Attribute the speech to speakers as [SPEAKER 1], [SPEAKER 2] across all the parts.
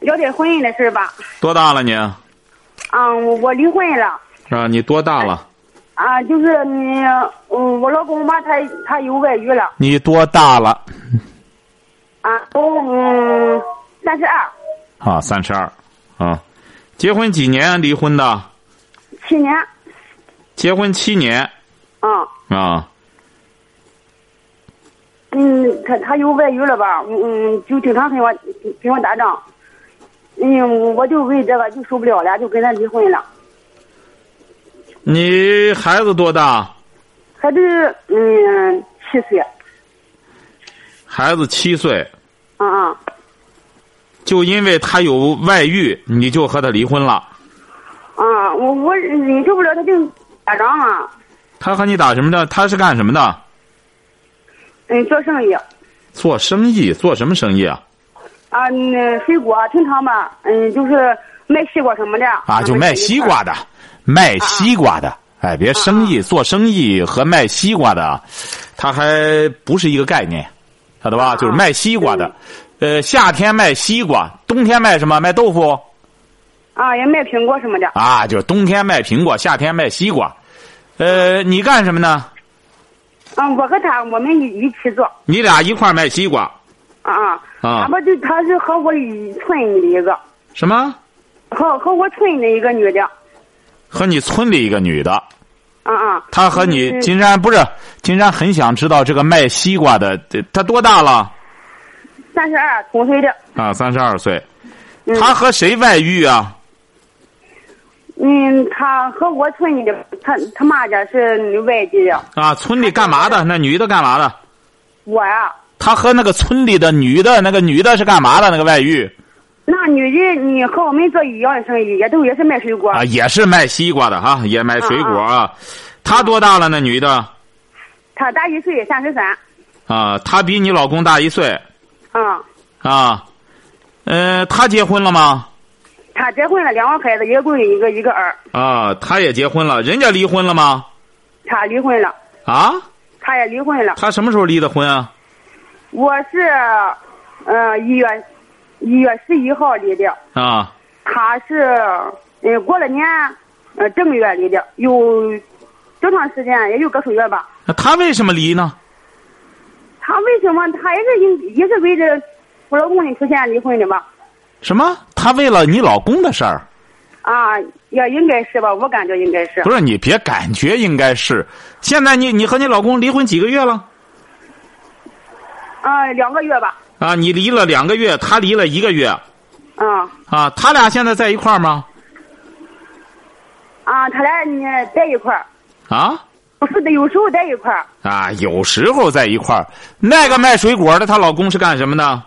[SPEAKER 1] 聊点婚姻的事吧。
[SPEAKER 2] 多大了你？啊是
[SPEAKER 1] 嗯，我我离婚了。
[SPEAKER 2] 吧？你多大了？
[SPEAKER 1] 啊，就是你，嗯，我老公吧，他他有外遇了。
[SPEAKER 2] 你多大了？
[SPEAKER 1] 啊，都嗯三十二，
[SPEAKER 2] 啊，三十二，啊，结婚几年离婚的？
[SPEAKER 1] 七年。
[SPEAKER 2] 结婚七年
[SPEAKER 1] 嗯
[SPEAKER 2] 啊，
[SPEAKER 1] 嗯，他他有外遇了吧？嗯，就经常跟我跟我打仗。嗯，我就为这个就受不了了，就跟他离婚了。
[SPEAKER 2] 你孩子多大？
[SPEAKER 1] 孩子嗯七岁，
[SPEAKER 2] 孩子七岁，
[SPEAKER 1] 嗯嗯，
[SPEAKER 2] 就因为他有外遇，你就和他离婚了。
[SPEAKER 1] 啊，我我忍受不了他就打仗啊，
[SPEAKER 2] 他和你打什么的？他是干什么的？
[SPEAKER 1] 嗯，做生意。
[SPEAKER 2] 做生意，做什么生意啊？
[SPEAKER 1] 啊，那水果平常吧，嗯，就是卖西瓜什么的。
[SPEAKER 2] 啊，就卖西瓜的，卖西瓜的。哎，别生意做生意和卖西瓜的，他还不是一个概念，晓得吧？就是卖西瓜的，呃，夏天卖西瓜，冬天卖什么？卖豆腐。
[SPEAKER 1] 啊，也卖苹果什么的。
[SPEAKER 2] 啊，就是冬天卖苹果，夏天卖西瓜。呃，你干什么呢？
[SPEAKER 1] 嗯，我和他我们一一起做。
[SPEAKER 2] 你俩一块儿卖西瓜？
[SPEAKER 1] 啊啊。
[SPEAKER 2] 啊
[SPEAKER 1] 他们就他是和我一村里的一个，
[SPEAKER 2] 什么？
[SPEAKER 1] 和和我村里一个女的。
[SPEAKER 2] 和你村里一个女的，
[SPEAKER 1] 啊啊。
[SPEAKER 2] 她和你
[SPEAKER 1] 嗯
[SPEAKER 2] 金山不是金山很想知道这个卖西瓜的，这她多大了？
[SPEAKER 1] 三十二，同岁的。
[SPEAKER 2] 啊，三十二岁。
[SPEAKER 1] 嗯
[SPEAKER 2] 她和谁外遇啊？
[SPEAKER 1] 嗯，他和我村里的他他妈家是外地的，
[SPEAKER 2] 啊，村里干嘛的？那女的干嘛的？
[SPEAKER 1] 我呀、
[SPEAKER 2] 她和那个村里的女的，那个女的是干嘛的？那个外遇
[SPEAKER 1] 那女的，你和我们做一样的生意，也都也是卖水果。
[SPEAKER 2] 啊，也是卖西瓜的哈、也卖水果啊。她多大了？那女的
[SPEAKER 1] 他大一岁，三十三。
[SPEAKER 2] 啊，她比你老公大一岁。
[SPEAKER 1] 啊，
[SPEAKER 2] 啊，呃，他结婚了吗？
[SPEAKER 1] 他结婚了，两个孩子，一个闺女，一个一个儿。
[SPEAKER 2] 啊，他也结婚了，人家离婚了吗？
[SPEAKER 1] 他离婚了，
[SPEAKER 2] 啊，
[SPEAKER 1] 他也离婚了。
[SPEAKER 2] 他什么时候离的婚啊？
[SPEAKER 1] 我是，呃，一月一月十一号离的，
[SPEAKER 2] 啊，
[SPEAKER 1] 他是，呃，过了年，呃，正月离的，有多长时间？也有个数月吧。
[SPEAKER 2] 那他为什么离呢？
[SPEAKER 1] 他为什么？他也是因也是为这我老公的出现离婚的吧？
[SPEAKER 2] 什么？他为了你老公的事儿？
[SPEAKER 1] 啊，也应该是吧，我感觉应该是
[SPEAKER 2] 不。是，你别感觉应该是。现在你你和你老公离婚几个月了？
[SPEAKER 1] 啊，两个月吧。
[SPEAKER 2] 啊，你离了两个月，他离了一个月。
[SPEAKER 1] 啊
[SPEAKER 2] 啊，他俩现在在一块儿吗？
[SPEAKER 1] 啊，他俩呢在一块儿，
[SPEAKER 2] 啊
[SPEAKER 1] 不是的，有时候在一块儿。
[SPEAKER 2] 啊，有时候在一块儿。那个卖水果的，她老公是干什么的？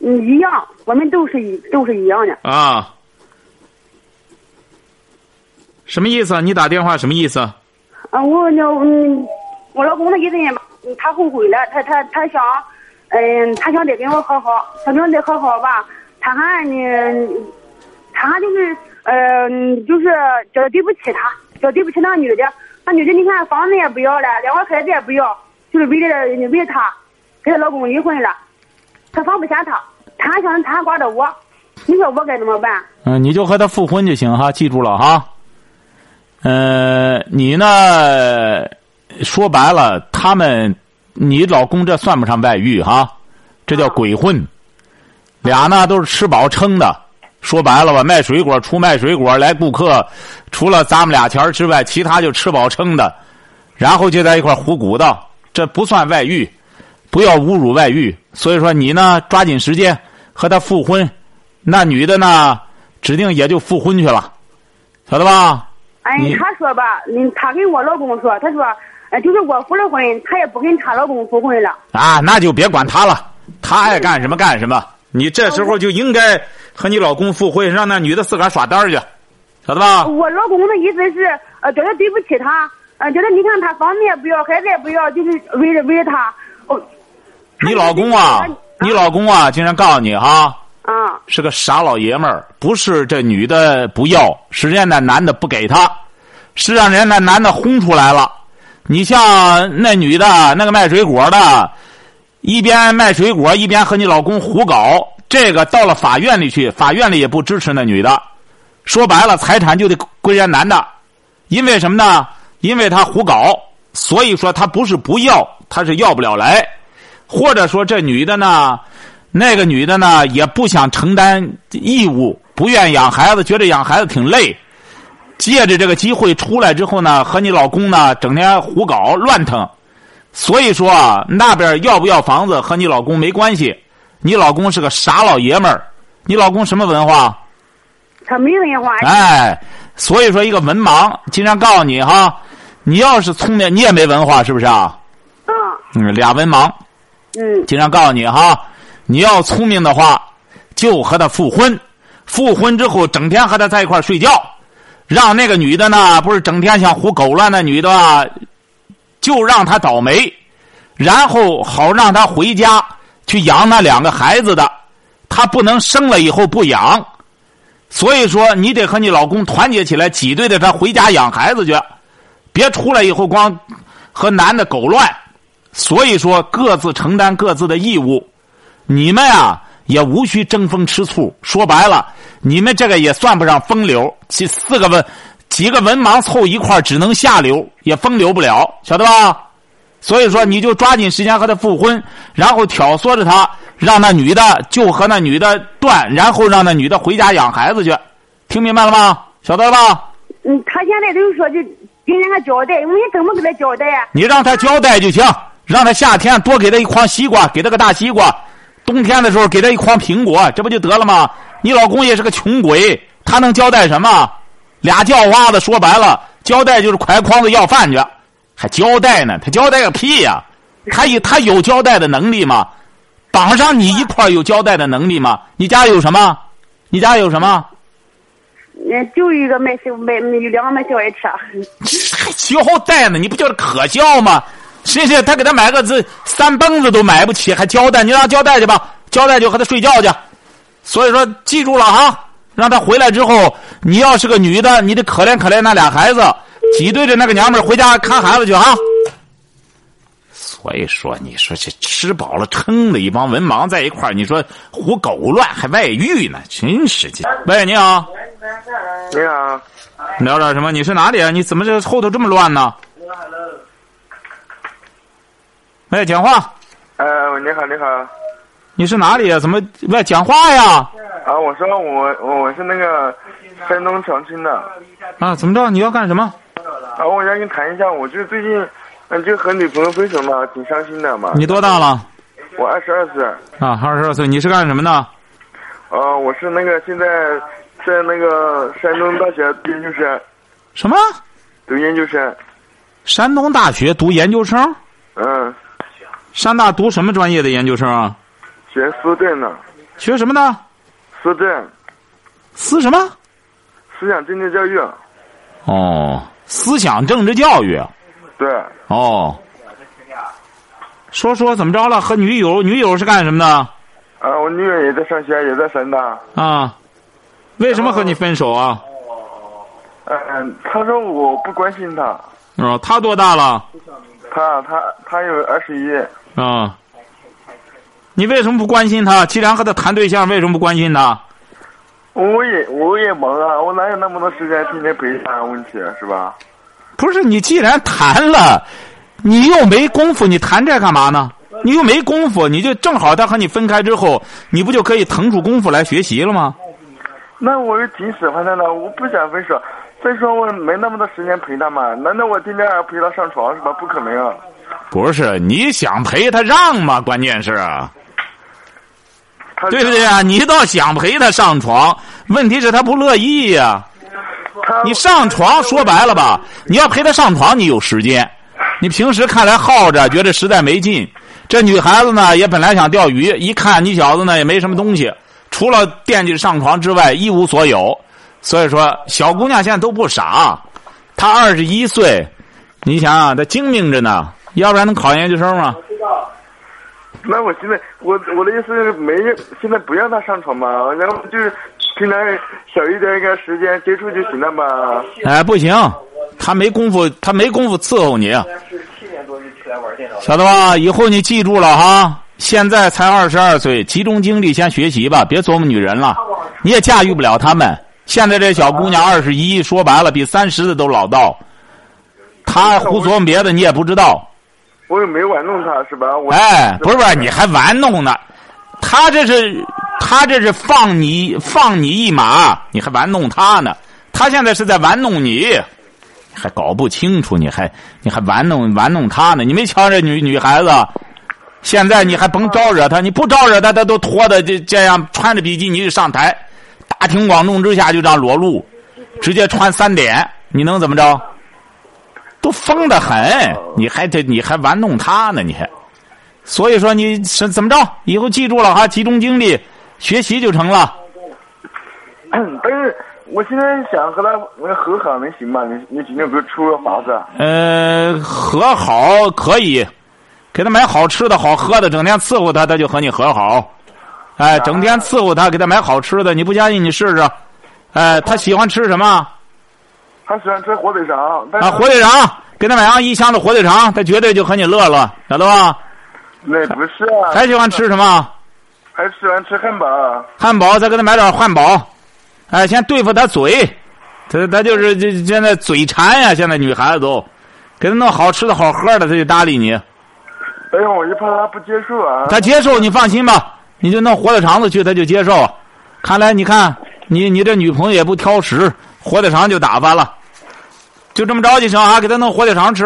[SPEAKER 1] 嗯，一样，我们都是一都是一样的。
[SPEAKER 2] 啊，什么意思啊？你打电话什么意思啊？
[SPEAKER 1] 啊，我那嗯，我老公他一人吧，嗯他后悔了，他他他想，嗯，他想得跟我和好，他想得和好吧，他还呢，他还就是，嗯、就是觉得对不起他，觉得对不起那女的，那女的你看房子也不要了，两个孩子也不要，就是为了为他，跟她老公离婚了，她放不下他，她还想她还挂着我，你说我该怎么办？
[SPEAKER 2] 嗯，你就和他复婚就行哈，记住了哈。呃，你呢？说白了，他们，你老公这算不上外遇哈，这叫鬼混。俩呢都是吃饱撑的，说白了吧，卖水果出卖水果，来顾客除了咱们俩钱儿之外，其他就吃饱撑的，然后就在一块儿胡鼓捣，这不算外遇，不要侮辱外遇。所以说你呢，抓紧时间和他复婚，那女的呢，指定也就复婚去了，晓得吧？
[SPEAKER 1] 哎
[SPEAKER 2] 你，
[SPEAKER 1] 他说吧，嗯，他跟我老公说，他说，呃，就是我复了婚，他也不跟他老公复婚了。
[SPEAKER 2] 啊，那就别管他了，他爱干什么干什么，你这时候就应该和你老公复婚，让那女的自个儿耍单儿去，晓得吧？
[SPEAKER 1] 我老公的意思是，呃，觉得对不起他，呃，觉得你看他房子也不要，孩子也不要，就是围着围着他。哦，
[SPEAKER 2] 你老公啊，你老公啊，经常告诉你哈，
[SPEAKER 1] 啊，
[SPEAKER 2] 是个傻老爷们儿，不是这女的不要，是人家那男的不给他，是让人家那男的轰出来了。你像那女的，那个卖水果的，一边卖水果一边和你老公胡搞，这个到了法院里去，法院里也不支持那女的。说白了，财产就得归人家男的，因为什么呢？因为他胡搞，所以说他不是不要，他是要不了来，或者说这女的呢，那个女的呢也不想承担义务，不愿养孩子，觉得养孩子挺累，借着这个机会出来之后呢，和你老公呢整天胡搞乱腾，所以说啊，那边要不要房子和你老公没关系，你老公是个傻老爷们儿，你老公什么文化？
[SPEAKER 1] 他没文化。
[SPEAKER 2] 哎，所以说一个文盲，经常告诉你哈，你要是聪明，你也没文化，是不是啊？
[SPEAKER 1] 嗯
[SPEAKER 2] 嗯，俩文盲，
[SPEAKER 1] 嗯
[SPEAKER 2] 经常告诉你哈，你要聪明的话，就和他复婚，复婚之后整天和他在一块儿睡觉，让那个女的呢，不是整天想胡狗乱那女的啊，就让她倒霉，然后好让她回家去养那两个孩子的，她不能生了以后不养，所以说你得和你老公团结起来，挤兑着她回家养孩子去，别出来以后光和男的狗乱。所以说各自承担各自的义务，你们啊也无需争风吃醋。说白了，你们这个也算不上风流，几四个文几个文盲凑一块儿只能下流，也风流不了，晓得吧？所以说，你就抓紧时间和他复婚，然后挑唆着他，让那女的就和那女的断，然后让那女的回家养孩子去。听明白了吗？晓得了吧？
[SPEAKER 1] 嗯，他现在就是说就跟人家交代，我们怎么给他交代啊？
[SPEAKER 2] 你让他交代就行，让他夏天多给他一筐西瓜，给他个大西瓜；冬天的时候给他一筐苹果，这不就得了吗？你老公也是个穷鬼，他能交代什么？俩叫花子，说白了，交代就是挎筐子要饭去，还交代呢？他交代个屁呀、他有他有交代的能力吗？绑上你一块儿有交代的能力吗？你家有什么？你家有什么？
[SPEAKER 1] 嗯，就一个卖小卖有两个卖小爱车，
[SPEAKER 2] 还交代呢？你不觉得可笑吗？谁谁他给他买个这三蹦子都买不起，还交代？你让他交代去吧，交代就和他睡觉去。所以说，记住了哈，让他回来之后，你要是个女的，你得可怜可怜那俩孩子，挤兑着那个娘们儿回家看孩子去哈。所以说，你说这吃饱了撑的一帮文盲在一块儿，你说胡狗乱还外遇呢，真是这。喂，你好，
[SPEAKER 3] 你好，
[SPEAKER 2] 聊点什么？你是哪里啊？你怎么这后头这么乱呢？喂，哎讲话，
[SPEAKER 3] 呃，你好，你好，
[SPEAKER 2] 你是哪里啊？怎么喂讲话呀？
[SPEAKER 3] 啊，我说我我我是那个山东长春的，
[SPEAKER 2] 啊，怎么着？你要干什么？
[SPEAKER 3] 啊，我想跟你谈一下，我就是最近，嗯，就和女朋友分手嘛，挺伤心的嘛。
[SPEAKER 2] 你多大了？
[SPEAKER 3] 我二十二岁，
[SPEAKER 2] 啊，二十二岁。你是干什么的？
[SPEAKER 3] 呃，我是那个现在在那个山东大学读研究生，
[SPEAKER 2] 什么？
[SPEAKER 3] 读研究生，
[SPEAKER 2] 山东大学读研究生？
[SPEAKER 3] 嗯，
[SPEAKER 2] 山大读什么专业的研究生啊？
[SPEAKER 3] 学思政呢，
[SPEAKER 2] 学什么的？
[SPEAKER 3] 思政
[SPEAKER 2] 思什么？
[SPEAKER 3] 思想政治教育，
[SPEAKER 2] 哦，思想政治教育。
[SPEAKER 3] 对，
[SPEAKER 2] 哦，说说怎么着了？和女友，女友是干什么的？
[SPEAKER 3] 啊，我女友也在上学，也在山大，
[SPEAKER 2] 啊，为什么和你分手啊？
[SPEAKER 3] 嗯、嗯，她说我不关心她，
[SPEAKER 2] 哦，他多大了？
[SPEAKER 3] 她她她有二十一。
[SPEAKER 2] 啊，你为什么不关心他？既然和他谈对象，为什么不关心他？
[SPEAKER 3] 我也我也忙啊，我哪有那么多时间天天陪他？问题是吧？
[SPEAKER 2] 不是你既然谈了，你又没功夫，你谈这干嘛呢？你又没功夫，你就正好他和你分开之后，你不就可以腾出功夫来学习了吗？
[SPEAKER 3] 那我是挺喜欢他的，我不想分手。再说我没那么多时间陪他嘛，难道我天天还要陪他上床是吧？不可能啊！
[SPEAKER 2] 不是，你想陪他让吗？关键是，啊
[SPEAKER 3] 他
[SPEAKER 2] 对不对？啊？你倒想陪他上床，问题是他不乐意呀、
[SPEAKER 3] 他
[SPEAKER 2] 你上床说白了吧，你要陪他上床，你有时间。你平时看来耗着，觉得实在没劲，这女孩子呢，也本来想钓鱼，一看你小子呢也没什么东西，除了惦记上床之外一无所有。所以说，小姑娘现在都不傻，她二十一岁，你想想、她精明着呢，要不然能考研究生吗？
[SPEAKER 3] 那我现在我我的意思是没现在不让他上床嘛，然后就是平常小一点一个时间接触就行了嘛。
[SPEAKER 2] 哎，不行，她没功夫，她没功夫伺候你。
[SPEAKER 4] 是七点多就起来玩电脑。
[SPEAKER 2] 晓得吧？以后你记住了哈，现在才二十二岁，集中精力先学习吧，别琢磨女人了，你也驾驭不了她们。现在这小姑娘二十一，说白了比三十的都老道，她胡琢磨别的你也不知道。
[SPEAKER 3] 我也没玩弄他是吧？我
[SPEAKER 2] 哎，不是不是，你还玩弄呢？她这是她这是放你放你一马，你还玩弄她呢？她现在是在玩弄你。还搞不清楚，你还你还玩弄玩弄她呢？你没瞧这女女孩子，现在你还甭招惹她，你不招惹她，她都脱的这这样穿着比基尼就上台，大庭广众之下就这样裸露，直接穿三点，你能怎么着？都疯得很，你还得你还玩弄她呢，你还，所以说你是怎么着？以后记住了哈，集中精力学习就成了。
[SPEAKER 3] 但是我现在想和他和好能行吗？你你今天不是出了法子？啊
[SPEAKER 2] 呃，和好可以，给他买好吃的好喝的，整天伺候他，他就和你和好。哎，整天伺候他，给他买好吃的，你不相信你试试。哎，他喜欢吃什么啊？
[SPEAKER 3] 他喜欢吃火腿肠，但是
[SPEAKER 2] 火腿肠，给他买上一箱子火腿肠，他绝对就和你乐乐，晓得吧？
[SPEAKER 3] 那不是啊，
[SPEAKER 2] 还喜欢吃什么？
[SPEAKER 3] 还喜欢吃汉堡啊，
[SPEAKER 2] 汉堡，再给他买点汉堡。哎，先对付他嘴，他他就是这现在嘴馋呀、现在女孩子都，给他弄好吃的好喝的，他就搭理你。
[SPEAKER 3] 哎呦，我就怕他不接受啊。
[SPEAKER 2] 他接受，你放心吧，你就弄火腿肠子去，他就接受。看来你看你你这女朋友也不挑食，火腿肠就打发了，就这么着就行啊，给他弄火腿肠吃。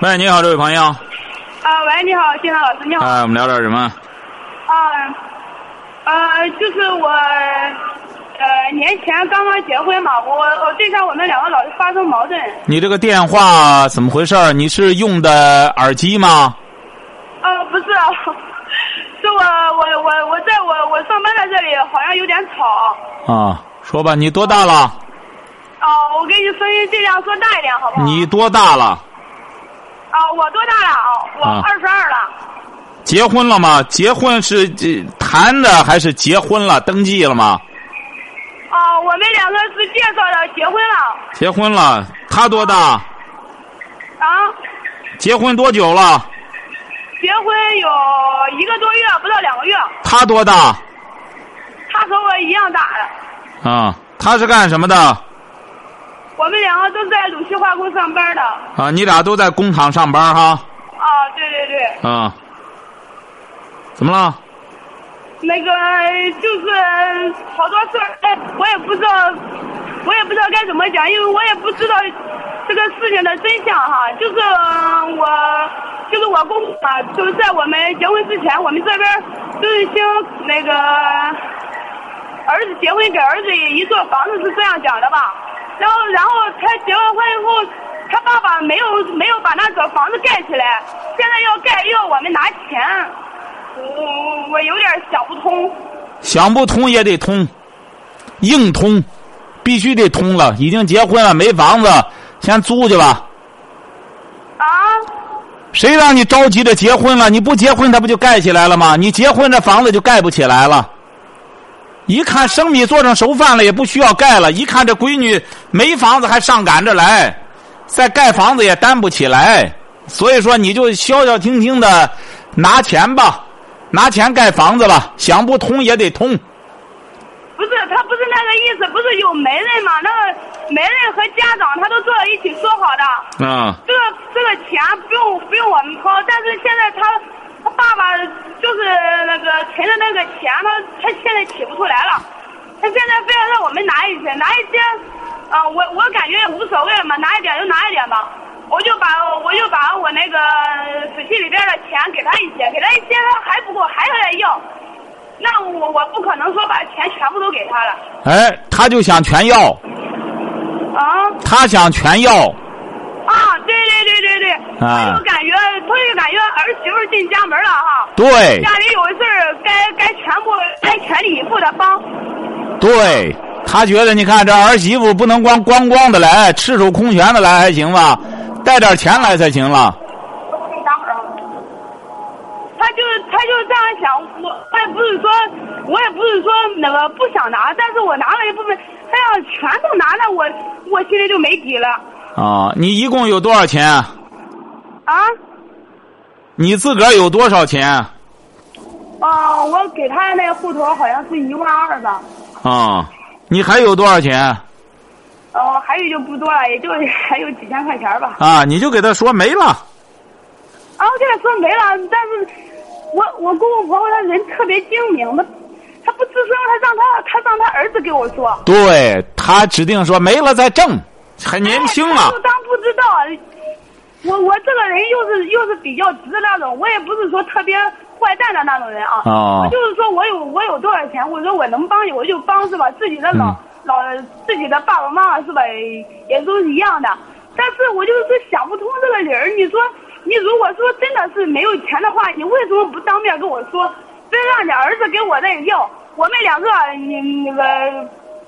[SPEAKER 2] 喂，你好，这位朋友，
[SPEAKER 1] 啊，喂，你好，金山老师，你好。
[SPEAKER 2] 哎，我们聊点什么？
[SPEAKER 1] 啊，呃，就是我，呃，年前刚刚结婚嘛，我我对象我们两个老是发生矛盾。
[SPEAKER 2] 你这个电话怎么回事儿？你是用的耳机吗？
[SPEAKER 1] 呃，不是啊， 是我我我我在我我上班在这里好像有点吵。
[SPEAKER 2] 啊，说吧，你多大了？
[SPEAKER 1] 哦、我给你声音尽量说大一点，好不好？
[SPEAKER 2] 你多大了？
[SPEAKER 1] 啊、我多大了啊？我
[SPEAKER 2] 啊
[SPEAKER 1] 二十二了。
[SPEAKER 2] 结婚了吗？结婚是这谈的还是结婚了？登记了吗？
[SPEAKER 1] 啊、我们两个是介绍的结婚了
[SPEAKER 2] 结婚了，他多大？
[SPEAKER 1] 啊，
[SPEAKER 2] 结婚多久了？
[SPEAKER 1] 结婚有一个多月不到两个月，
[SPEAKER 2] 他多大？
[SPEAKER 1] 他和我一样大的，
[SPEAKER 2] 啊，他是干什么的？
[SPEAKER 1] 我们两个都在鲁西化工上班的。
[SPEAKER 2] 啊，你俩都在工厂上班哈？
[SPEAKER 1] 啊，对对对。
[SPEAKER 2] 啊，怎么了？
[SPEAKER 1] 那个就是好多事儿，哎，我也不知道，我也不知道该怎么讲，因为我也不知道这个事情的真相哈。就是呃我，就是我公公啊，就是在我们结婚之前，我们这边儿就是兴那个儿子结婚给儿子一座房子是这样讲的吧？然后，然后他结完婚以后，他爸爸没有没有把那个房子盖起来，现在要盖要我们拿钱，我我有点想不通。
[SPEAKER 2] 想不通也得通，硬通，必须得通了。已经结婚了，没房子，先租去吧。
[SPEAKER 1] 啊，
[SPEAKER 2] 谁让你着急着结婚了？你不结婚，它不就盖起来了吗？你结婚，这房子就盖不起来了。一看生米做成熟饭了，也不需要盖了。一看这闺女没房子还上赶着来，再盖房子也担不起来。所以说，你就消消停停的拿钱吧，拿钱盖房子吧。想不通也得通。
[SPEAKER 1] 不是，他不是那个意思，不是有媒人嘛？那个媒人和家长他都坐在一起说好的，
[SPEAKER 2] 啊、
[SPEAKER 1] 这个这个钱不用不用我们掏，但是现在他他爸爸就是那个存的那个钱，他他现在取不出来了，他现在非要让我们拿一些拿一些，啊、我我感觉也无所谓了嘛，拿一点就拿一点吧。我就把我就把我那个手机里边的钱给他一些，给他一些，他还不够，还要来要。那我我不可能说把钱全部都给他了
[SPEAKER 2] 哎，他就想全要，
[SPEAKER 1] 啊
[SPEAKER 2] 他想全要。
[SPEAKER 1] 啊！对对对对对，他就感觉，他就感觉儿媳妇进家门了哈。
[SPEAKER 2] 对
[SPEAKER 1] 家里有事儿，该该全部该全力以赴的帮。
[SPEAKER 2] 对，他觉得你看这儿媳妇不能光光光的来，赤手空拳的来还行吧，带点钱来才行了。
[SPEAKER 1] 当然，他就他就这样想，我我也不是说，我也不是说那个不想拿，但是我拿了一部分，他要全都拿了，我我心里就没底了
[SPEAKER 2] 啊，你一共有多少钱？
[SPEAKER 1] 啊。
[SPEAKER 2] 你自个儿有多少钱？
[SPEAKER 1] 哦，我给他那个户头好像是一万二吧。
[SPEAKER 2] 啊，你还有多少钱？
[SPEAKER 1] 哦，还有就不多了，也就 还有几千块钱吧。
[SPEAKER 2] 啊，你就给他说没了。
[SPEAKER 1] 啊，我给他说没了，但是我我公公婆婆他人特别精明，他他不吱声，他让他他让他儿子给我说。
[SPEAKER 2] 对他指定说没了再挣，还年轻啊
[SPEAKER 1] 哎
[SPEAKER 2] 嘛
[SPEAKER 1] 他。就当不知道。我我这个人又是又是比较直的那种，我也不是说特别坏蛋的那种人啊。
[SPEAKER 2] 哦
[SPEAKER 1] 我就是说我有我有多少钱，我说我能帮你我就帮是吧？自己的老、
[SPEAKER 2] 嗯
[SPEAKER 1] 老自己的爸爸妈妈是吧，也都是一样的。但是我就是想不通这个理儿。你说你如果说真的是没有钱的话，你为什么不当面跟我说，非让你儿子给我那要？我们两个你那个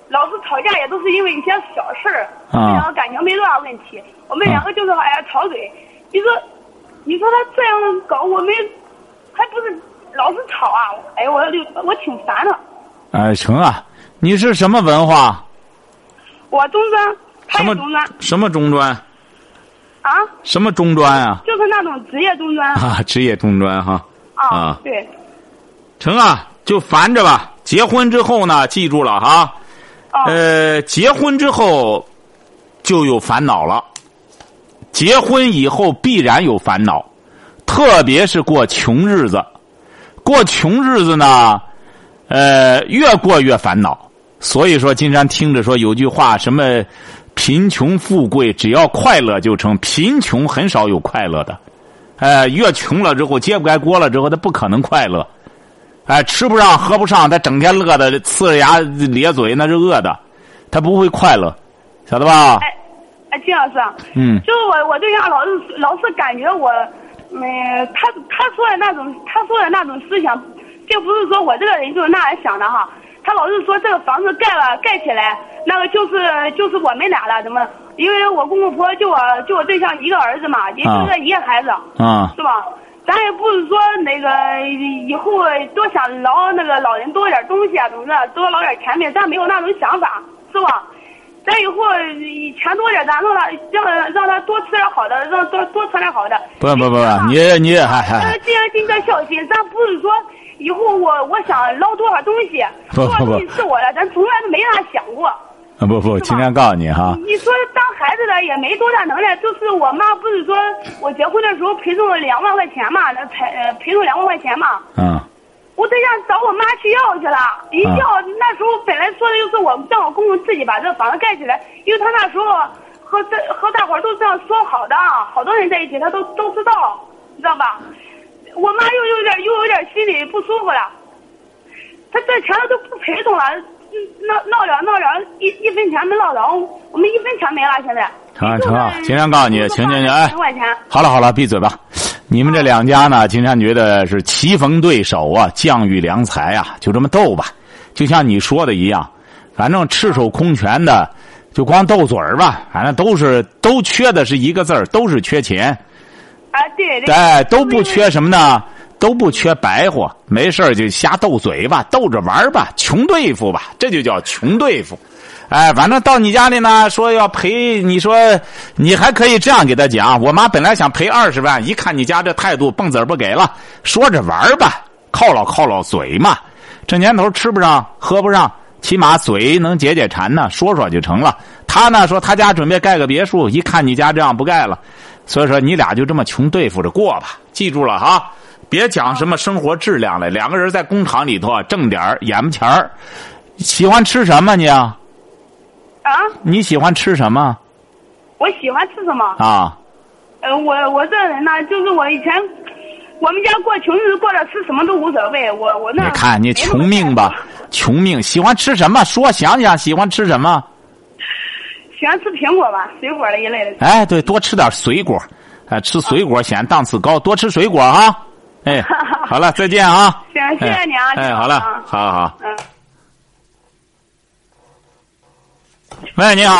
[SPEAKER 1] 老是吵架也都是因为一些小事儿，
[SPEAKER 2] 啊
[SPEAKER 1] 我们两个感情没多大问题。我们两个就是哎呀吵嘴，你说你说他这样搞，我们还不是老是吵啊？哎，我就我挺烦的。
[SPEAKER 2] 哎，成啊，你是什么文化？
[SPEAKER 1] 我中专，他
[SPEAKER 2] 什
[SPEAKER 1] 也
[SPEAKER 2] 么
[SPEAKER 1] 中专
[SPEAKER 2] 什么中专？
[SPEAKER 1] 啊，
[SPEAKER 2] 什么中专啊？
[SPEAKER 1] 就是那种职业中专
[SPEAKER 2] 啊，职业中专哈。啊
[SPEAKER 1] 啊，对。
[SPEAKER 2] 成啊，就烦着吧。结婚之后呢，记住了哈，
[SPEAKER 1] 哦
[SPEAKER 2] 呃，结婚之后就有烦恼了。结婚以后必然有烦恼，特别是过穷日子。过穷日子呢，呃，越过越烦恼。所以说，金山听着说有句话，什么贫穷富贵，只要快乐就成。贫穷很少有快乐的，呃，越穷了之后，揭不开锅了之后，他不可能快乐。哎，吃不上喝不上，他整天乐的呲着牙咧嘴，那是饿的，他不会快乐，晓得吧？
[SPEAKER 1] 哎，哎，金老师 啊，
[SPEAKER 2] 嗯
[SPEAKER 1] 就是我我对象老是老是感觉我，嗯、他他说的那种他说的那种思想，并不是说我这个人就是那样想的哈。他老是说这个房子盖了盖起来，那个就是就是我们俩了，怎么？因为我公公婆婆就我就我对象一个儿子嘛，也就
[SPEAKER 2] 啊
[SPEAKER 1] 这一个孩子，
[SPEAKER 2] 啊
[SPEAKER 1] 是吧？咱也不是说那个以后多想劳那个老人多点东西啊，怎么着，多捞点钱呗，咱没有那种想法，是吧？咱以后钱多点，咱让他让让他多吃点好的，让多多吃点好的。
[SPEAKER 2] 不不不不，你你还还
[SPEAKER 1] 这
[SPEAKER 2] 还
[SPEAKER 1] 个尽量尽点孝心，咱不是说以后我我想捞多少东西，
[SPEAKER 2] 不
[SPEAKER 1] 多少
[SPEAKER 2] 不不
[SPEAKER 1] 东西是我的，咱从来都没那想过。
[SPEAKER 2] 啊不不，今天告诉你哈，
[SPEAKER 1] 你说当孩子的也没多大能耐，就是我妈不是说我结婚的时候陪送了两万块钱嘛，那才呃陪送两万块钱嘛，
[SPEAKER 2] 嗯
[SPEAKER 1] 我对象找我妈去要去了，一
[SPEAKER 2] 啊
[SPEAKER 1] 要、那时候本来说的就是我让我公公自己把这房子盖起来，因为他那时候和这和大伙儿都这样说好的，好多人在一起他都都知道，你知道吧？我妈又有点又有点心里不舒服了，他这钱都不陪送了，嗯闹闹了闹了，一一分钱没闹着，我们一分钱没了，现在。
[SPEAKER 2] 成啊成啊，今天告诉你，请请你哎
[SPEAKER 1] 十，块钱。
[SPEAKER 2] 好了好了，闭嘴吧。你们这两家呢，金山觉得是棋逢对手啊，将遇良才啊，就这么斗吧。就像你说的一样，反正赤手空拳的，就光斗嘴儿吧，反正都是都缺的是一个字儿，都是缺钱。
[SPEAKER 1] 啊，对，对
[SPEAKER 2] 哎，都不缺什么呢？都不缺白活，没事儿就瞎斗嘴吧，斗着玩儿吧，穷对付吧，这就叫穷对付。哎，反正到你家里呢，说要赔，你说你还可以这样给他讲。我妈本来想赔二十万，一看你家这态度，蹦子儿不给了，说着玩儿吧，犒劳犒劳嘴嘛。这年头吃不上喝不上，起码嘴能解解馋呢，说说就成了。他呢说他家准备盖个别墅，一看你家这样不盖了，所以说你俩就这么穷对付着过吧，记住了哈，别讲什么生活质量了，两个人在工厂里头啊挣点儿眼巴前儿，喜欢吃什么你啊？
[SPEAKER 1] 啊，
[SPEAKER 2] 你喜欢吃什么
[SPEAKER 1] 我喜欢吃什么？
[SPEAKER 2] 啊？
[SPEAKER 1] 呃，我我这人呢，就是我以前我们家过穷日子过着吃什么都无所谓，我我
[SPEAKER 2] 你
[SPEAKER 1] 那
[SPEAKER 2] 看你穷命吧，穷命喜欢吃什么？说想想喜欢吃什么？
[SPEAKER 1] 喜欢吃苹果吧，水果的一类的。
[SPEAKER 2] 哎，对，多吃点水果。哎，吃水果显档次高，多吃水果啊！ 哎，好了，再见啊！
[SPEAKER 1] 行，谢谢你啊，
[SPEAKER 2] 哎，
[SPEAKER 1] 行
[SPEAKER 2] 好了，
[SPEAKER 1] 啊
[SPEAKER 2] 好好好。
[SPEAKER 1] 嗯。
[SPEAKER 2] 喂，你好，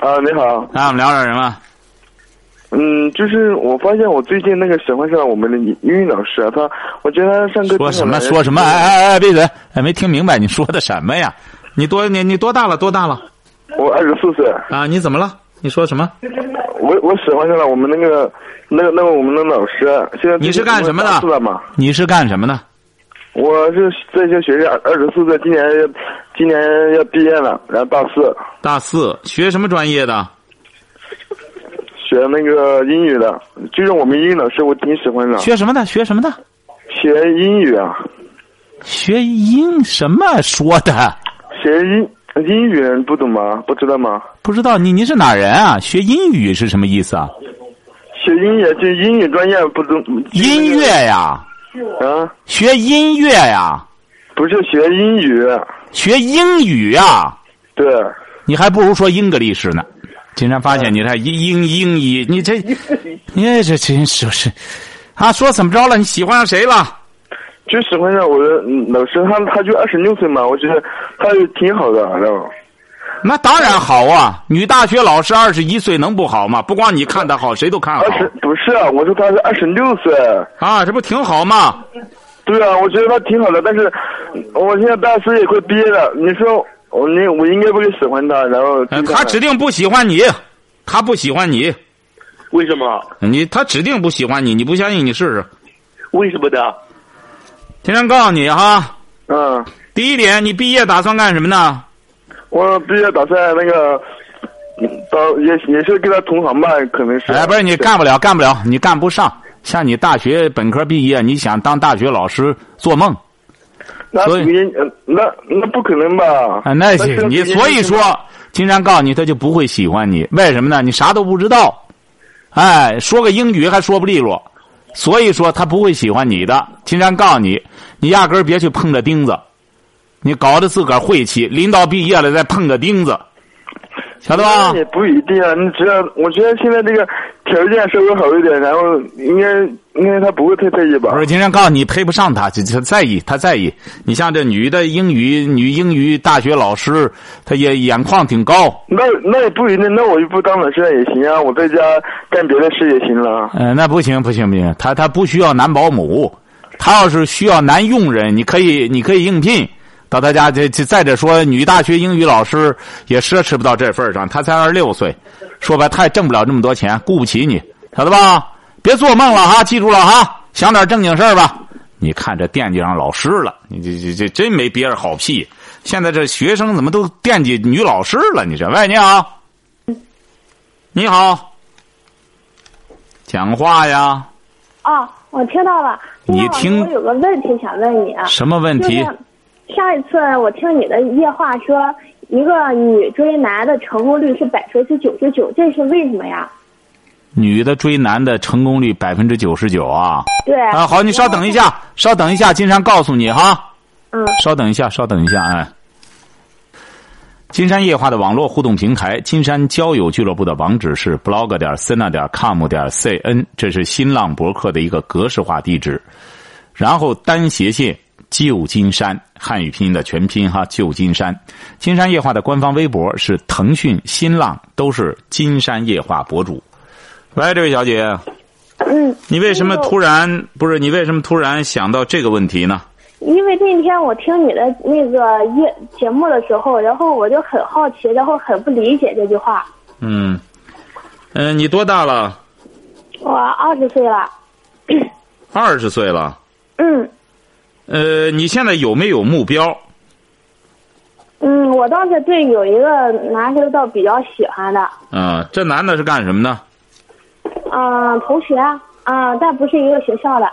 [SPEAKER 5] 啊，你好，
[SPEAKER 2] 啊，我们聊点什么？
[SPEAKER 5] 嗯，就是我发现我最近那个喜欢上我们的英语老师啊，他，我觉得他上课
[SPEAKER 2] 说什
[SPEAKER 5] 挺好
[SPEAKER 2] 么？
[SPEAKER 5] 的
[SPEAKER 2] 说什么？哎哎哎，闭嘴！哎，没听明白你说的什么呀？你多你你多大了？多大了？
[SPEAKER 5] 我二十四岁，
[SPEAKER 2] 啊，你怎么了？你说什么？
[SPEAKER 5] 我我喜欢上了我们那个那个那个我们的老师，啊现在
[SPEAKER 2] 你是干什么的
[SPEAKER 5] 是的嘛？
[SPEAKER 2] 你是干什么的？
[SPEAKER 5] 我是在校学生，二十四岁，今年要今年要毕业了，然后大四
[SPEAKER 2] 大四，学什么专业的？
[SPEAKER 5] 学那个英语的，就是我们英语老师，我挺喜欢的，
[SPEAKER 2] 学什么的？学什么的？
[SPEAKER 5] 学英语啊，
[SPEAKER 2] 学英什么说的？
[SPEAKER 5] 学英英语不懂吗？不知道吗？
[SPEAKER 2] 不知道你你是哪人啊？学英语是什么意思啊？
[SPEAKER 5] 学音乐就英语专业不懂
[SPEAKER 2] 音乐呀，
[SPEAKER 5] 啊，
[SPEAKER 2] 学音乐呀，
[SPEAKER 5] 不是学英语，
[SPEAKER 2] 学英语啊呀，
[SPEAKER 5] 对，
[SPEAKER 2] 你还不如说英格力士呢。竟然发现
[SPEAKER 5] 嗯
[SPEAKER 2] 你这英英英语，你 这，你这真是是，啊，说怎么着了？你喜欢上谁了？
[SPEAKER 5] 就喜欢上我的嗯老师，他他就二十六岁嘛，我觉得他也挺好的，然后
[SPEAKER 2] 那当然好啊！女大学老师二十一岁能不好吗？不光你看她好，谁都看好
[SPEAKER 5] 二十不是啊，我说他是二十六岁，
[SPEAKER 2] 啊，这不挺好吗？
[SPEAKER 5] 对啊，我觉得他挺好的，但是我现在大四也快毕业了，你说我你我应该不会喜欢他，然后
[SPEAKER 2] 呃他指定不喜欢你，他不喜欢你，
[SPEAKER 6] 为什么？
[SPEAKER 2] 你他指定不喜欢你，你不相信你试试。
[SPEAKER 6] 为什么的？
[SPEAKER 2] 天山告诉你哈，
[SPEAKER 5] 嗯，
[SPEAKER 2] 第一点，你毕业打算干什么呢？
[SPEAKER 5] 我毕业打算那个。嗯到也也是跟他同行吧，可能是。
[SPEAKER 2] 哎，不是你干不了，干不了，你干不上。像你大学本科毕业，你想当大学老师，做梦
[SPEAKER 5] 那
[SPEAKER 2] 所以
[SPEAKER 5] 你呃那那不可能吧？
[SPEAKER 2] 啊！那
[SPEAKER 5] 是
[SPEAKER 2] 行，你
[SPEAKER 5] 肯定
[SPEAKER 2] 所以
[SPEAKER 5] 是
[SPEAKER 2] 说，金山告诉你，他就不会喜欢你。为什么呢？你啥都不知道，哎，说个英语还说不利落，所以说他不会喜欢你的。金山告诉你，你压根儿别去碰这钉子，你搞得自个儿晦气，临到毕业了再碰个钉子，晓得吧？
[SPEAKER 5] 也不一定啊，你只要我觉得现在这个条件稍微好一点，然后应该应该他不会太在意吧
[SPEAKER 2] 不？是，金山告诉你配不上他，这他在意，他在意。你像这女的英语女英语大学老师，她也眼眶挺高，
[SPEAKER 5] 那那也不一定，那我就不当老师也行啊，我在家干别的事也行了。
[SPEAKER 2] 嗯、那不行不行不行，她她不需要男保姆，她要是需要男佣人，你可以你可以应聘到她家。这这再者说，女大学英语老师也奢侈不到这份儿上，她才二十六岁，说白她也挣不了这么多钱，雇不起你，晓得吧？别做梦了哈，记住了哈，想点正经事儿吧。你看这惦记上老师了，你这这这真没别人好屁。现在这学生怎么都惦记女老师了？你这，喂，你好，你好，讲话呀，
[SPEAKER 7] 哦，我听到了。今天
[SPEAKER 2] 你
[SPEAKER 7] 老师
[SPEAKER 2] 听
[SPEAKER 7] 我有个问题想问你啊，
[SPEAKER 2] 什么问题？
[SPEAKER 7] 就是上一次我听你的夜话说，一个女追男的成功率是百分之九十九，这是为什么呀？
[SPEAKER 2] 女的追男的成功率百分之九十九啊！
[SPEAKER 7] 对
[SPEAKER 2] 啊，好，你稍等一。下，稍等一下，金山告诉你哈。
[SPEAKER 7] 嗯，
[SPEAKER 2] 稍等一下，稍等一下，哎。金山夜话的网络互动平台，金山交友俱乐部的网址是 blog 点 sina 点 com 点 cn，这是新浪博客的一个格式化地址。然后单斜线旧金山，汉语拼音的全拼哈，旧金山。金山夜话的官方微博是腾讯、新浪，都是金山夜话博主。喂，这位小姐。
[SPEAKER 7] 嗯，
[SPEAKER 2] 你为什么
[SPEAKER 7] 因为我
[SPEAKER 2] 突然不是？你为什么突然想到这个问题呢？
[SPEAKER 7] 因为那天我听你的那个夜节目的时候，然后我就很好奇，然后很不理解这句话。
[SPEAKER 2] 嗯，嗯、你多大了？
[SPEAKER 7] 我二十岁了，
[SPEAKER 2] 二十岁了。
[SPEAKER 7] 嗯
[SPEAKER 2] 呃，你现在有没有目标？
[SPEAKER 7] 嗯，我当时对有一个男生倒比较喜欢的，
[SPEAKER 2] 啊、这男的是干什么呢？
[SPEAKER 7] 嗯、同学，嗯、但不是一个学校的，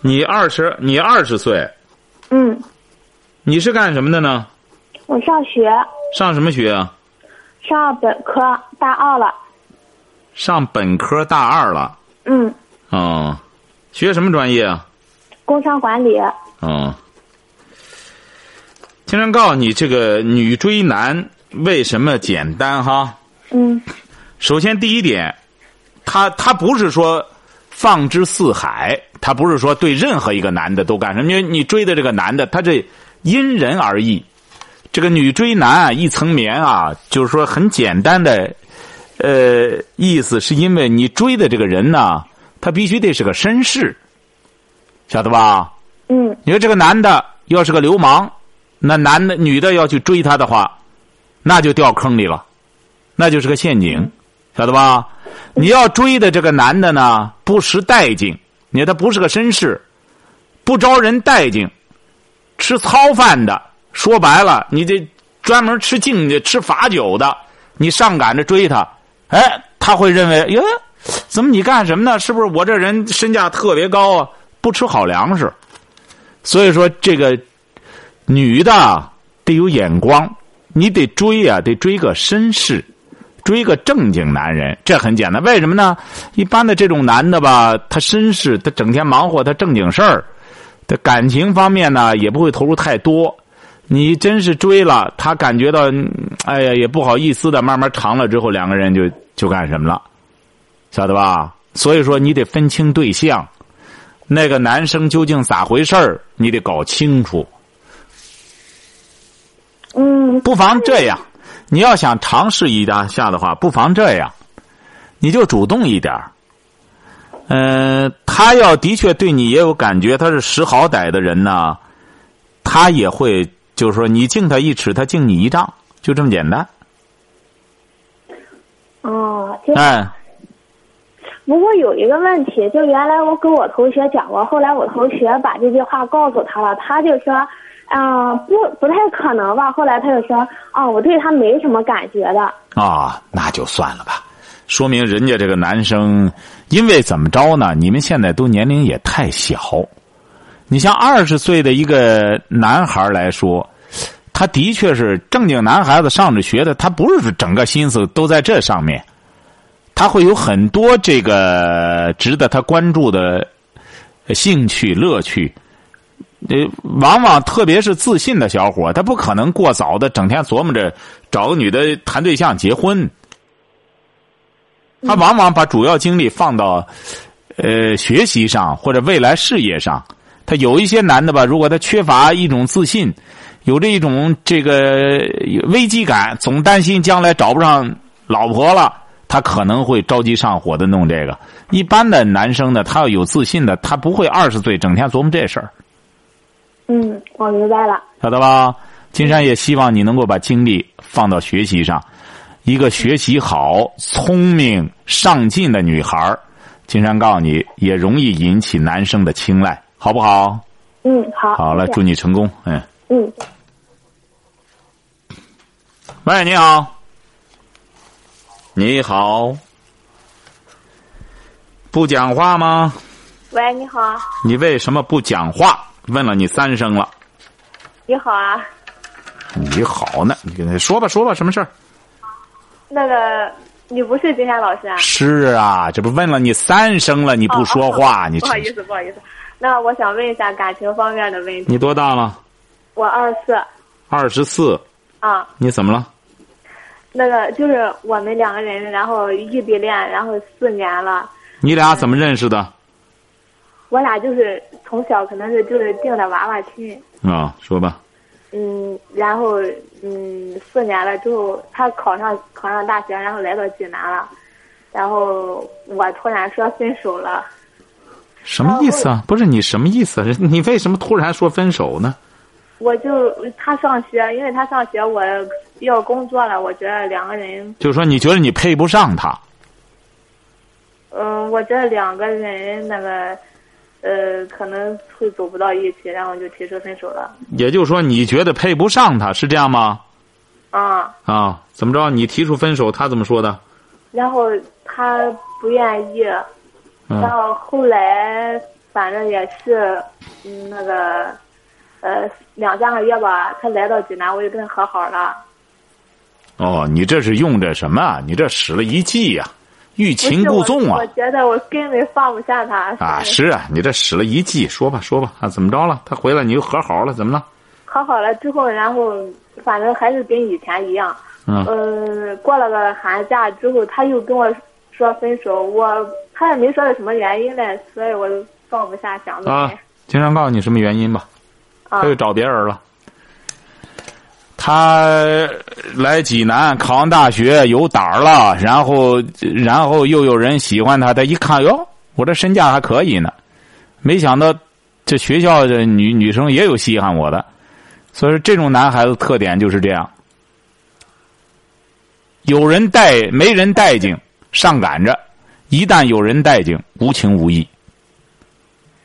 [SPEAKER 2] 你二十，你二十岁，
[SPEAKER 7] 嗯。
[SPEAKER 2] 你是干什么的呢？
[SPEAKER 7] 我上学
[SPEAKER 2] 上什么学啊？
[SPEAKER 7] 上本科大二了，
[SPEAKER 2] 上本科大二了。
[SPEAKER 7] 嗯，
[SPEAKER 2] 哦，学什么专业啊？
[SPEAKER 7] 工商管理，
[SPEAKER 2] 哦，经常告诉你，这个女追男为什么简单哈？
[SPEAKER 7] 嗯
[SPEAKER 2] 首先，第一点，他他不是说放之四海，他不是说对任何一个男的都干什么，因为你追的这个男的，他这因人而异。这个女追男啊，一层棉啊，就是说很简单的，呃，意思是因为你追的这个人呢、他必须得是个绅士，晓得吧？
[SPEAKER 8] 嗯
[SPEAKER 2] 你说这个男的要是个流氓，那男的女的要去追他的话，那就掉坑里了，那就是个陷阱，晓得吧？你要追的这个男的呢，不识待见，你看他不是个绅士，不招人待见，吃糙饭的，说白了，你这专门吃敬的、吃罚酒的，你上赶着追他，哎，他会认为，哟，怎么你干什么呢？是不是我这人身价特别高啊？不吃好粮食，所以说这个女的啊得有眼光，你得追啊，得追个绅士，追个正经男人，这很简单。为什么呢？一般的这种男的吧，他绅士，他整天忙活他正经事儿，他感情方面呢也不会投入太多。你真是追了，他感觉到，嗯哎呀，也不好意思的，慢慢长了之后，两个人就就干什么了，晓得吧？所以说，你得分清对象，那个男生究竟咋回事儿，你得搞清楚。
[SPEAKER 8] 嗯，
[SPEAKER 2] 不妨这样，你要想尝试一下的话，不妨这样，你就主动一点儿。呃，他要的确对你也有感觉，他是识好歹的人呢，他也会就是说你敬他一尺，他敬你一丈，就这么简单。
[SPEAKER 8] 哦，就
[SPEAKER 2] 哎，
[SPEAKER 8] 不过有一个问题，就原来我跟我同学讲过，后来我同学把这句话告诉他了，他就说，嗯、不不太可能吧。后来他就说，啊、我对他没什么感觉的。
[SPEAKER 2] 啊、那就算了吧。说明人家这个男生，因为怎么着呢？你们现在都年龄也太小，你像二十岁的一个男孩来说，他的确是正经男孩子上着学的，他不是整个心思都在这上面，他会有很多这个值得他关注的兴趣乐趣。呃，往往特别是自信的小伙儿，他不可能过早的整天琢磨着找个女的谈对象结婚，他往往把主要精力放到呃学习上或者未来事业上。他有一些男的吧，如果他缺乏一种自信，有这一种这个危机感，总担心将来找不上老婆了，他可能会着急上火的弄这个。一般的男生呢，他要有自信的，他不会二十岁整天琢磨这事儿。
[SPEAKER 8] 嗯，我明白了。
[SPEAKER 2] 晓得吧？金山也希望你能够把精力放到学习上。一个学习好、聪明、上进的女孩儿金山告诉你，也容易引起男生的青睐，好不好？
[SPEAKER 8] 嗯，好。
[SPEAKER 2] 好了，
[SPEAKER 8] 谢谢
[SPEAKER 2] 祝你成功。嗯，
[SPEAKER 8] 嗯，
[SPEAKER 2] 喂，你好，你好，不讲话吗？
[SPEAKER 7] 喂，你好，
[SPEAKER 2] 你为什么不讲话？问了你三声了。
[SPEAKER 7] 你好啊，
[SPEAKER 2] 你好呢，你跟他说吧，说吧，什么事儿？
[SPEAKER 7] 那个你不是金山老师啊？
[SPEAKER 2] 是啊，这不问了你三声了，你不说话，你
[SPEAKER 7] 哦不好意思，不好意思。那我想问一下感情方面的问题。
[SPEAKER 2] 你多大了？
[SPEAKER 7] 我二十四
[SPEAKER 2] 二十四，
[SPEAKER 7] 啊，
[SPEAKER 2] 你怎么了？
[SPEAKER 7] 那个就是我们两个人，然后异地恋，然后四年了。
[SPEAKER 2] 你俩怎么认识的？啊、
[SPEAKER 7] 我俩就是从小可能是就是定的娃娃亲，
[SPEAKER 2] 啊说吧。
[SPEAKER 7] 嗯，然后嗯，四年了之后，他考上考上大学，然后来到济南了，然后我突然说分手了。
[SPEAKER 2] 什么意思
[SPEAKER 7] 哦
[SPEAKER 2] 啊？不是你什么意思啊？人你为什么突然说分手呢？
[SPEAKER 7] 我就他上学，因为他上学，我要工作了。我觉得两个人，
[SPEAKER 2] 就是说你觉得你配不上他，
[SPEAKER 7] 嗯，我觉得两个人那个，呃，可能会走不到一起，然后就提出分手了。
[SPEAKER 2] 也就是说你觉得配不上他，是这样吗？
[SPEAKER 7] 啊、
[SPEAKER 2] 啊，怎么着？你提出分手，他怎么说的？
[SPEAKER 7] 然后他不愿意，
[SPEAKER 2] 嗯
[SPEAKER 7] 然，后后来反正也是，嗯，那个，呃，两三个月吧，他来到济南，我就跟他和好了。
[SPEAKER 2] 哦，你这是用着什么啊？你这使了一计呀、欲
[SPEAKER 7] 不是
[SPEAKER 2] 擒故
[SPEAKER 7] 我
[SPEAKER 2] 纵啊
[SPEAKER 7] 我！觉得我根本放不下 他。
[SPEAKER 2] 啊，是啊，你这使了一计，说吧，说吧，啊，怎么着了？他回来你又和好了，怎么了？
[SPEAKER 7] 考好了之后，然后反正还是跟以前一样。
[SPEAKER 2] 嗯
[SPEAKER 7] 呃，过了个寒假之后，他又跟我说说分手，我他也没说是什么原因嘞，所以我就放不下，想不开。
[SPEAKER 2] 啊，经常告诉你什么原因吧，
[SPEAKER 7] 啊
[SPEAKER 2] 他又找别人了。他来济南考上大学，有胆儿了，然后然后又有人喜欢他，他一看哟，我这身价还可以呢，没想到这学校的女女生也有稀罕我的，所以说这种男孩子特点就是这样，有人待没人待见，上赶着，一旦有人待见，无情无义。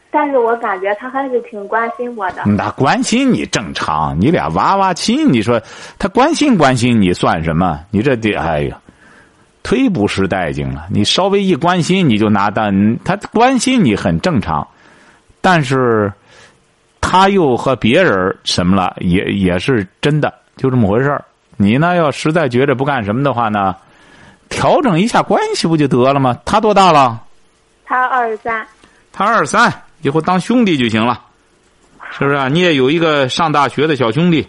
[SPEAKER 7] 但是我感觉他还是挺关心我的。
[SPEAKER 2] 嗯那关心你正常，你俩娃娃亲，你说他关心关心你算什么？你这得哎呀，忒不识待见了。你稍微一关心，你就拿当他关心你很正常，但是他又和别人儿什么了，也也是真的，就这么回事儿。你呢，要实在觉着不干什么的话呢，调整一下关系不就得了吗？他多大了？
[SPEAKER 7] 他二十三，
[SPEAKER 2] 他二三，以后当兄弟就行了，是不是、啊？你也有一个上大学的小兄弟，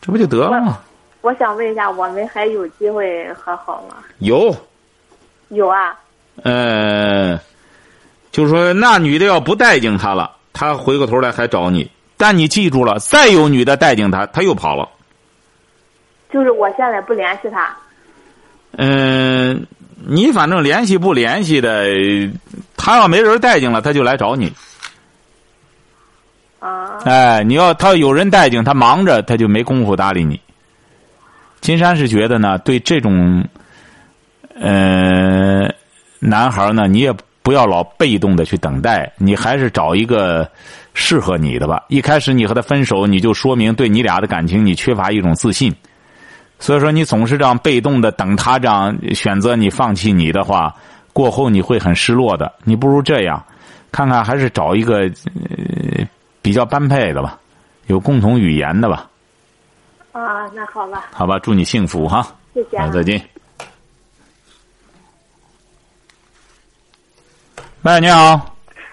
[SPEAKER 2] 这不就得了吗？
[SPEAKER 7] 我想问一下，我们还有机会和好吗？
[SPEAKER 2] 有，
[SPEAKER 7] 有啊，
[SPEAKER 2] 呃，就是说那女的要不待见他了，他回过头来还找你。但你记住了，再有女的待见他，他又跑了。
[SPEAKER 7] 就是我现在不联系他。
[SPEAKER 2] 嗯、你反正联系不联系的，他要没人待见了，他就来找你。
[SPEAKER 7] 啊，
[SPEAKER 2] 哎，你要他有人待见，他忙着，他就没工夫搭理你。金山是觉得呢，对这种，呃，男孩呢，你也不要老被动的去等待，你还是找一个适合你的吧。一开始你和他分手，你就说明对你俩的感情你缺乏一种自信，所以说你总是这样被动的等他这样选择你放弃你的话，过后你会很失落的。你不如这样，看看还是找一个呃比较般配的吧，有共同语言的吧，
[SPEAKER 7] 啊，那好吧，
[SPEAKER 2] 好吧，祝你幸福哈，
[SPEAKER 7] 谢谢、
[SPEAKER 2] 好，
[SPEAKER 7] 啊。
[SPEAKER 2] 再见。喂，你好，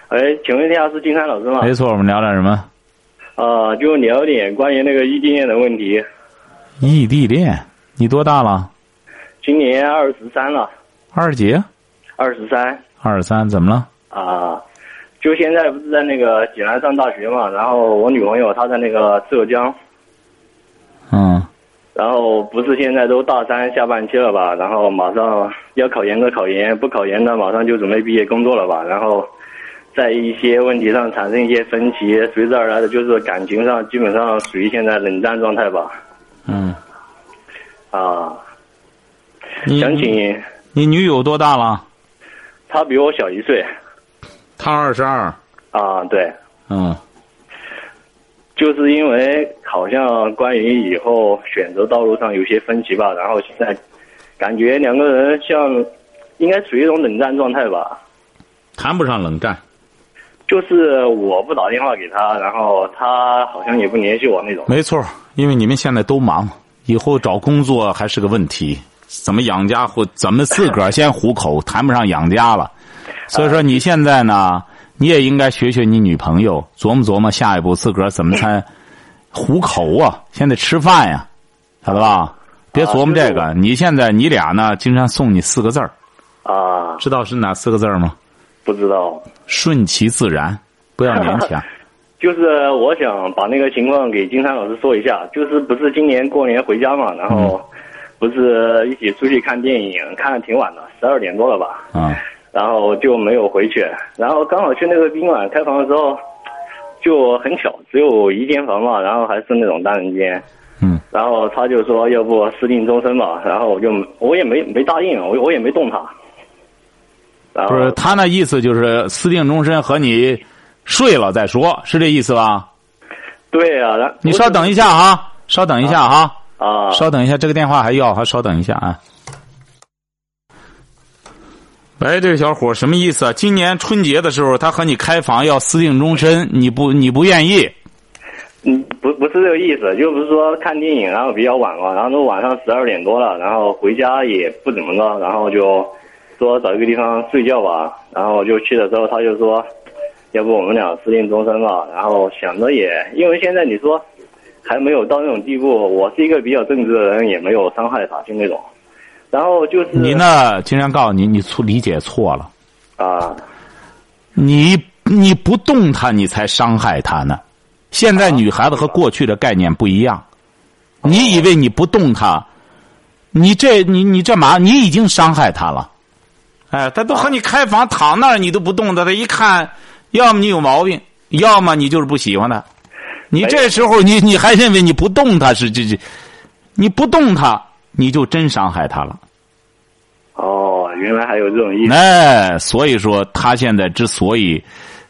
[SPEAKER 9] 哎，请问一下是金山老师吗？
[SPEAKER 2] 没错，我们聊点什么？
[SPEAKER 9] 啊、就聊点关于那个异地恋的问题。
[SPEAKER 2] 异地恋，你多大了？
[SPEAKER 9] 今年二十三了，
[SPEAKER 2] 二十几？
[SPEAKER 9] 二十三
[SPEAKER 2] 二十三？怎么了？
[SPEAKER 9] 啊，就现在不是在那个济南上大学嘛，然后我女朋友她在那个浙江，
[SPEAKER 2] 嗯，
[SPEAKER 9] 然后不是现在都大三下半期了吧，然后马上要考研的考研，不考研的马上就准备毕业工作了吧，然后在一些问题上产生一些分歧，随之而来的就是感情上基本上属于现在冷战状态吧。
[SPEAKER 2] 嗯，
[SPEAKER 9] 啊，
[SPEAKER 2] 你
[SPEAKER 9] 想请
[SPEAKER 2] 你女友多大了？
[SPEAKER 9] 她比我小一岁
[SPEAKER 2] 她二十二。
[SPEAKER 9] 啊，对，
[SPEAKER 2] 嗯，
[SPEAKER 9] 就是因为好像关于以后选择道路上有些分歧吧，然后现在感觉两个人像应该处于一种冷战状态吧。
[SPEAKER 2] 谈不上冷战。
[SPEAKER 9] 就是我不打电话给他，然后他好像也不联系我那种。
[SPEAKER 2] 没错，因为你们现在都忙，以后找工作还是个问题，怎么养家或怎么自个儿先糊 口，谈不上养家了。所以说你现在呢，你也应该学学你女朋友，琢磨琢磨下一步自个儿怎么才糊口 啊，现在吃饭呀、晓得吧？别琢磨这个，你现在你俩呢，经常送你四个字儿，
[SPEAKER 9] 啊，
[SPEAKER 2] 知道是哪四个字儿吗？
[SPEAKER 9] 不知道，
[SPEAKER 2] 顺其自然，不要勉 强。
[SPEAKER 9] 就是我想把那个情况给金山老师说一下，就是不是今年过年回家嘛，然后不是一起出去看电影，看的挺晚的，十二点多了吧，
[SPEAKER 2] 啊、
[SPEAKER 9] 然后就没有回去，然后刚好去那个宾馆开房的时候，就很巧，只有一间房嘛，然后还是那种单人间。
[SPEAKER 2] 嗯，
[SPEAKER 9] 然后他就说要不私定终身吧，然后我就我也没没答应，我我也没动他。然后
[SPEAKER 2] 不是他那意思就是私定终身和你睡了再说，是这意思吧？
[SPEAKER 9] 对啊，然
[SPEAKER 2] 你稍等一下啊，稍等一下啊，
[SPEAKER 9] 啊，
[SPEAKER 2] 稍等一下，这个电话还要，还稍等一下啊。喂，这个小伙儿什么意思啊？今年春节的时候，他和你开房要私定终身，你不你不愿意？
[SPEAKER 9] 嗯，不不是这个意思，就不是说看电影，然后比较晚嘛，然后都晚上十二点多了，然后回家也不怎么着，然后就说找一个地方睡觉吧，然后就去了之后，他就说，要不我们俩私定终身吧，然后想着也，因为现在你说还没有到那种地步，我是一个比较正直的人，也没有伤害他，就那种，然后就是
[SPEAKER 2] 你呢，竟然告诉你你错理解错了，
[SPEAKER 9] 啊，
[SPEAKER 2] 你你不动她，你才伤害她呢。现在女孩子和过去的概念不一样，你以为你不动她，你这你你这嘛，你已经伤害她了。哎，她都和你开房躺那儿，你都不动她，她一看，要么你有毛病，要么你就是不喜欢她。你这时候你你还认为你不动她是这这，你不动她，你就真伤害她了。
[SPEAKER 9] 哦，原来还有这种意思。
[SPEAKER 2] 哎，所以说他现在之所以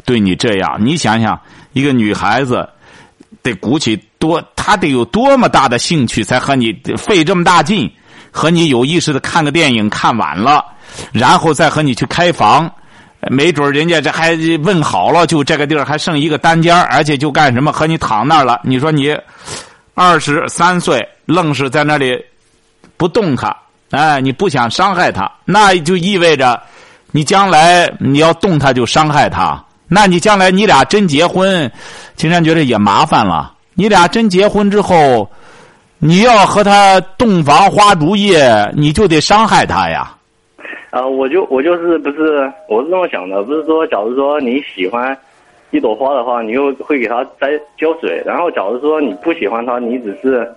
[SPEAKER 2] 对你这样，你想想，一个女孩子得鼓起多，她得有多么大的兴趣，才和你费这么大劲，和你有意识的看个电影看晚了，然后再和你去开房，没准人家这还问好了，就这个地儿还剩一个单间儿而且就干什么和你躺那儿了。你说你二十三岁，愣是在那里不动她。哎，你不想伤害他，那就意味着你将来你要动他就伤害他。那你将来你俩真结婚，金山觉得也麻烦了。你俩真结婚之后，你要和他洞房花烛夜，你就得伤害他呀。
[SPEAKER 9] 啊，我就我就是不是我是这么想的，不是说假如说你喜欢一朵花的话，你又会给它栽浇水；然后假如说你不喜欢它，你只是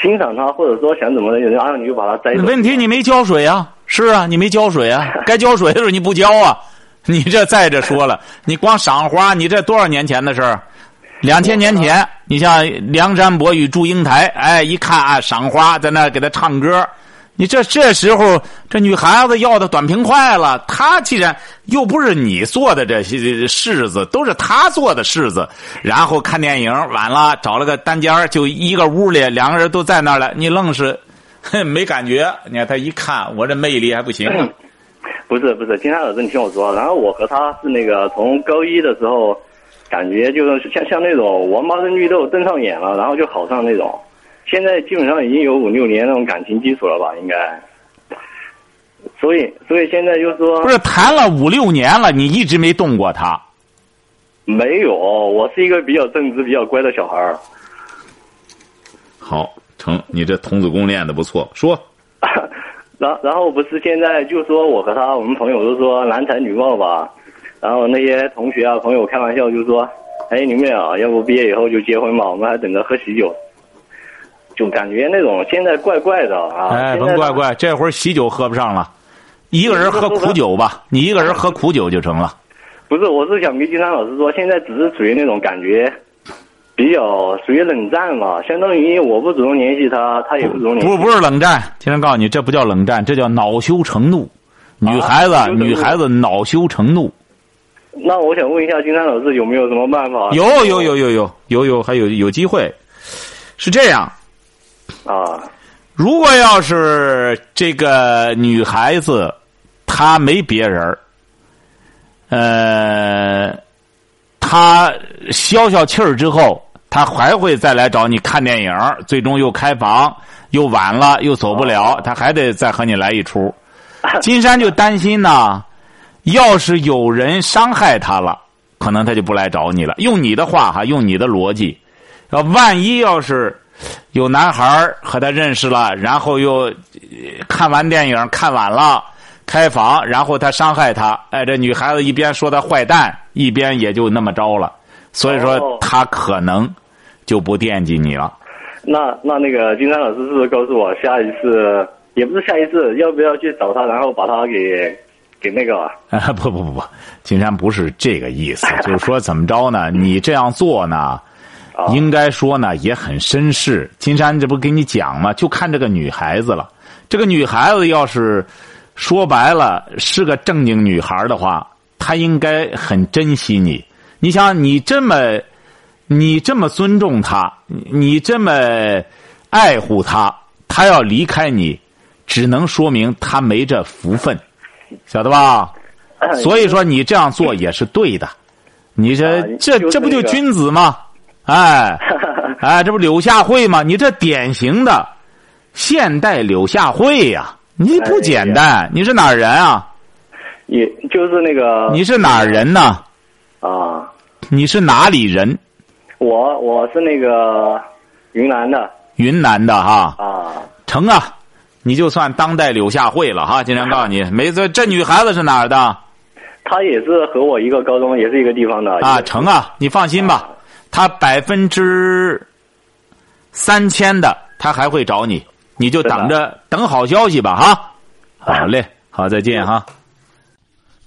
[SPEAKER 9] 欣赏它，或者说想怎么的，然后你就把它栽走。
[SPEAKER 2] 问题你没浇水啊？是啊，你没浇水啊？该浇水的时候你不浇啊？你这再者说了， 你光赏花，你这多少年前的事儿？两千年前，你像梁山伯与祝英台，哎，一看啊，赏花在那给他唱歌，你这这时候这女孩子要的短平快了。她既然又不是你做的这些柿子，都是她做的柿子，然后看电影晚了找了个单间儿就一个屋里两个人都在那儿了，你愣是哼 没感觉。你看她一看我这魅力还不行啊、
[SPEAKER 9] 不是不是，金山老师，你听我说，啊然后我和他是那个从高一的时候，感觉就是像像那种王八跟绿豆瞪上眼了，然后就好上那种。现在基本上已经有五六年那种感情基础了吧，应该。所以所以现在就是说
[SPEAKER 2] 不是谈了五六年了，你一直没动过她。
[SPEAKER 9] 没有，我是一个比较正直、比较乖的小孩儿。
[SPEAKER 2] 好，成，你这童子功练的不错，说。
[SPEAKER 9] 然然后不是现在就说我和他，我们朋友都说男才女貌吧，然后那些同学啊朋友开玩笑就说，哎你们俩要不毕业以后就结婚吧，我们还等着喝喜酒，就感觉那种现在怪怪的啊。
[SPEAKER 2] 哎，甭怪怪，这会儿喜酒喝不上了，一个人喝苦酒吧，你一个人喝苦酒就成了。
[SPEAKER 9] 不是，我是想跟金山老师说，现在只是处于那种感觉，比较属于冷战嘛，相当于我不主动联系他，他也不主动联系
[SPEAKER 2] 不
[SPEAKER 9] 我。
[SPEAKER 2] 不是冷战，今天告诉你，这不叫冷战，这叫恼羞成怒。女孩子，
[SPEAKER 9] 啊羞成怒
[SPEAKER 2] 女孩子恼羞成怒，
[SPEAKER 9] 那我想问一下金山老师有没有什么办法？
[SPEAKER 2] 有有有有有有有，还有有机会。是这样，
[SPEAKER 9] 啊，
[SPEAKER 2] 如果要是这个女孩子她没别人儿呃，她消消气儿之后，她还会再来找你看电影儿，最终又开房，又晚了，又走不了，她还得再和你来一出。金山就担心呐，要是有人伤害她了，可能她就不来找你了。用你的话哈，用你的逻辑，要万一要是有男孩儿和他认识了，然后又呃看完电影看晚了开房，然后他伤害他，哎，这女孩子一边说他坏蛋，一边也就那么着了。所以说
[SPEAKER 9] 哦，
[SPEAKER 2] 他可能就不惦记你了。
[SPEAKER 9] 那那那个金山老师是不是告诉我下一次也不是下一次，要不要去找他，然后把他给给那个啊？
[SPEAKER 2] 啊， 不不不不，金山不是这个意思，就是说怎么着呢？你这样做呢，应该说呢也很绅士。金山这不跟你讲吗？就看这个女孩子了。这个女孩子要是说白了是个正经女孩的话，她应该很珍惜你。你想，你这么你这么尊重她，你你这么爱护她，她要离开你，只能说明她没这福分，晓得吧？啊
[SPEAKER 9] 哎
[SPEAKER 2] 所以说你这样做也是对的，你这
[SPEAKER 9] 啊
[SPEAKER 2] 这
[SPEAKER 9] 就是
[SPEAKER 2] 这不就
[SPEAKER 9] 那个
[SPEAKER 2] 君子吗？ 哎哎，这不柳下惠吗？你这典型的现代柳下惠呀、你
[SPEAKER 9] 哎
[SPEAKER 2] 不简单，你是哪儿人啊？
[SPEAKER 9] 也就是那个
[SPEAKER 2] 你是哪儿人呢？
[SPEAKER 9] 啊，
[SPEAKER 2] 你是哪里人？
[SPEAKER 9] 我我是那个云南的
[SPEAKER 2] 云南的哈，
[SPEAKER 9] 啊
[SPEAKER 2] 成啊，你就算当代柳下惠了哈。今天告诉你，没这这女孩子是哪儿的
[SPEAKER 9] 她也是和我一个高中，也是一个地方的
[SPEAKER 2] 啊？成啊，你放心吧，她百分之三千的，她还会找你，你就等着等好消息吧哈。好嘞，好，再见哈。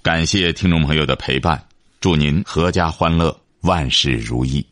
[SPEAKER 10] 感谢听众朋友的陪伴，祝您阖家欢乐，万事如意。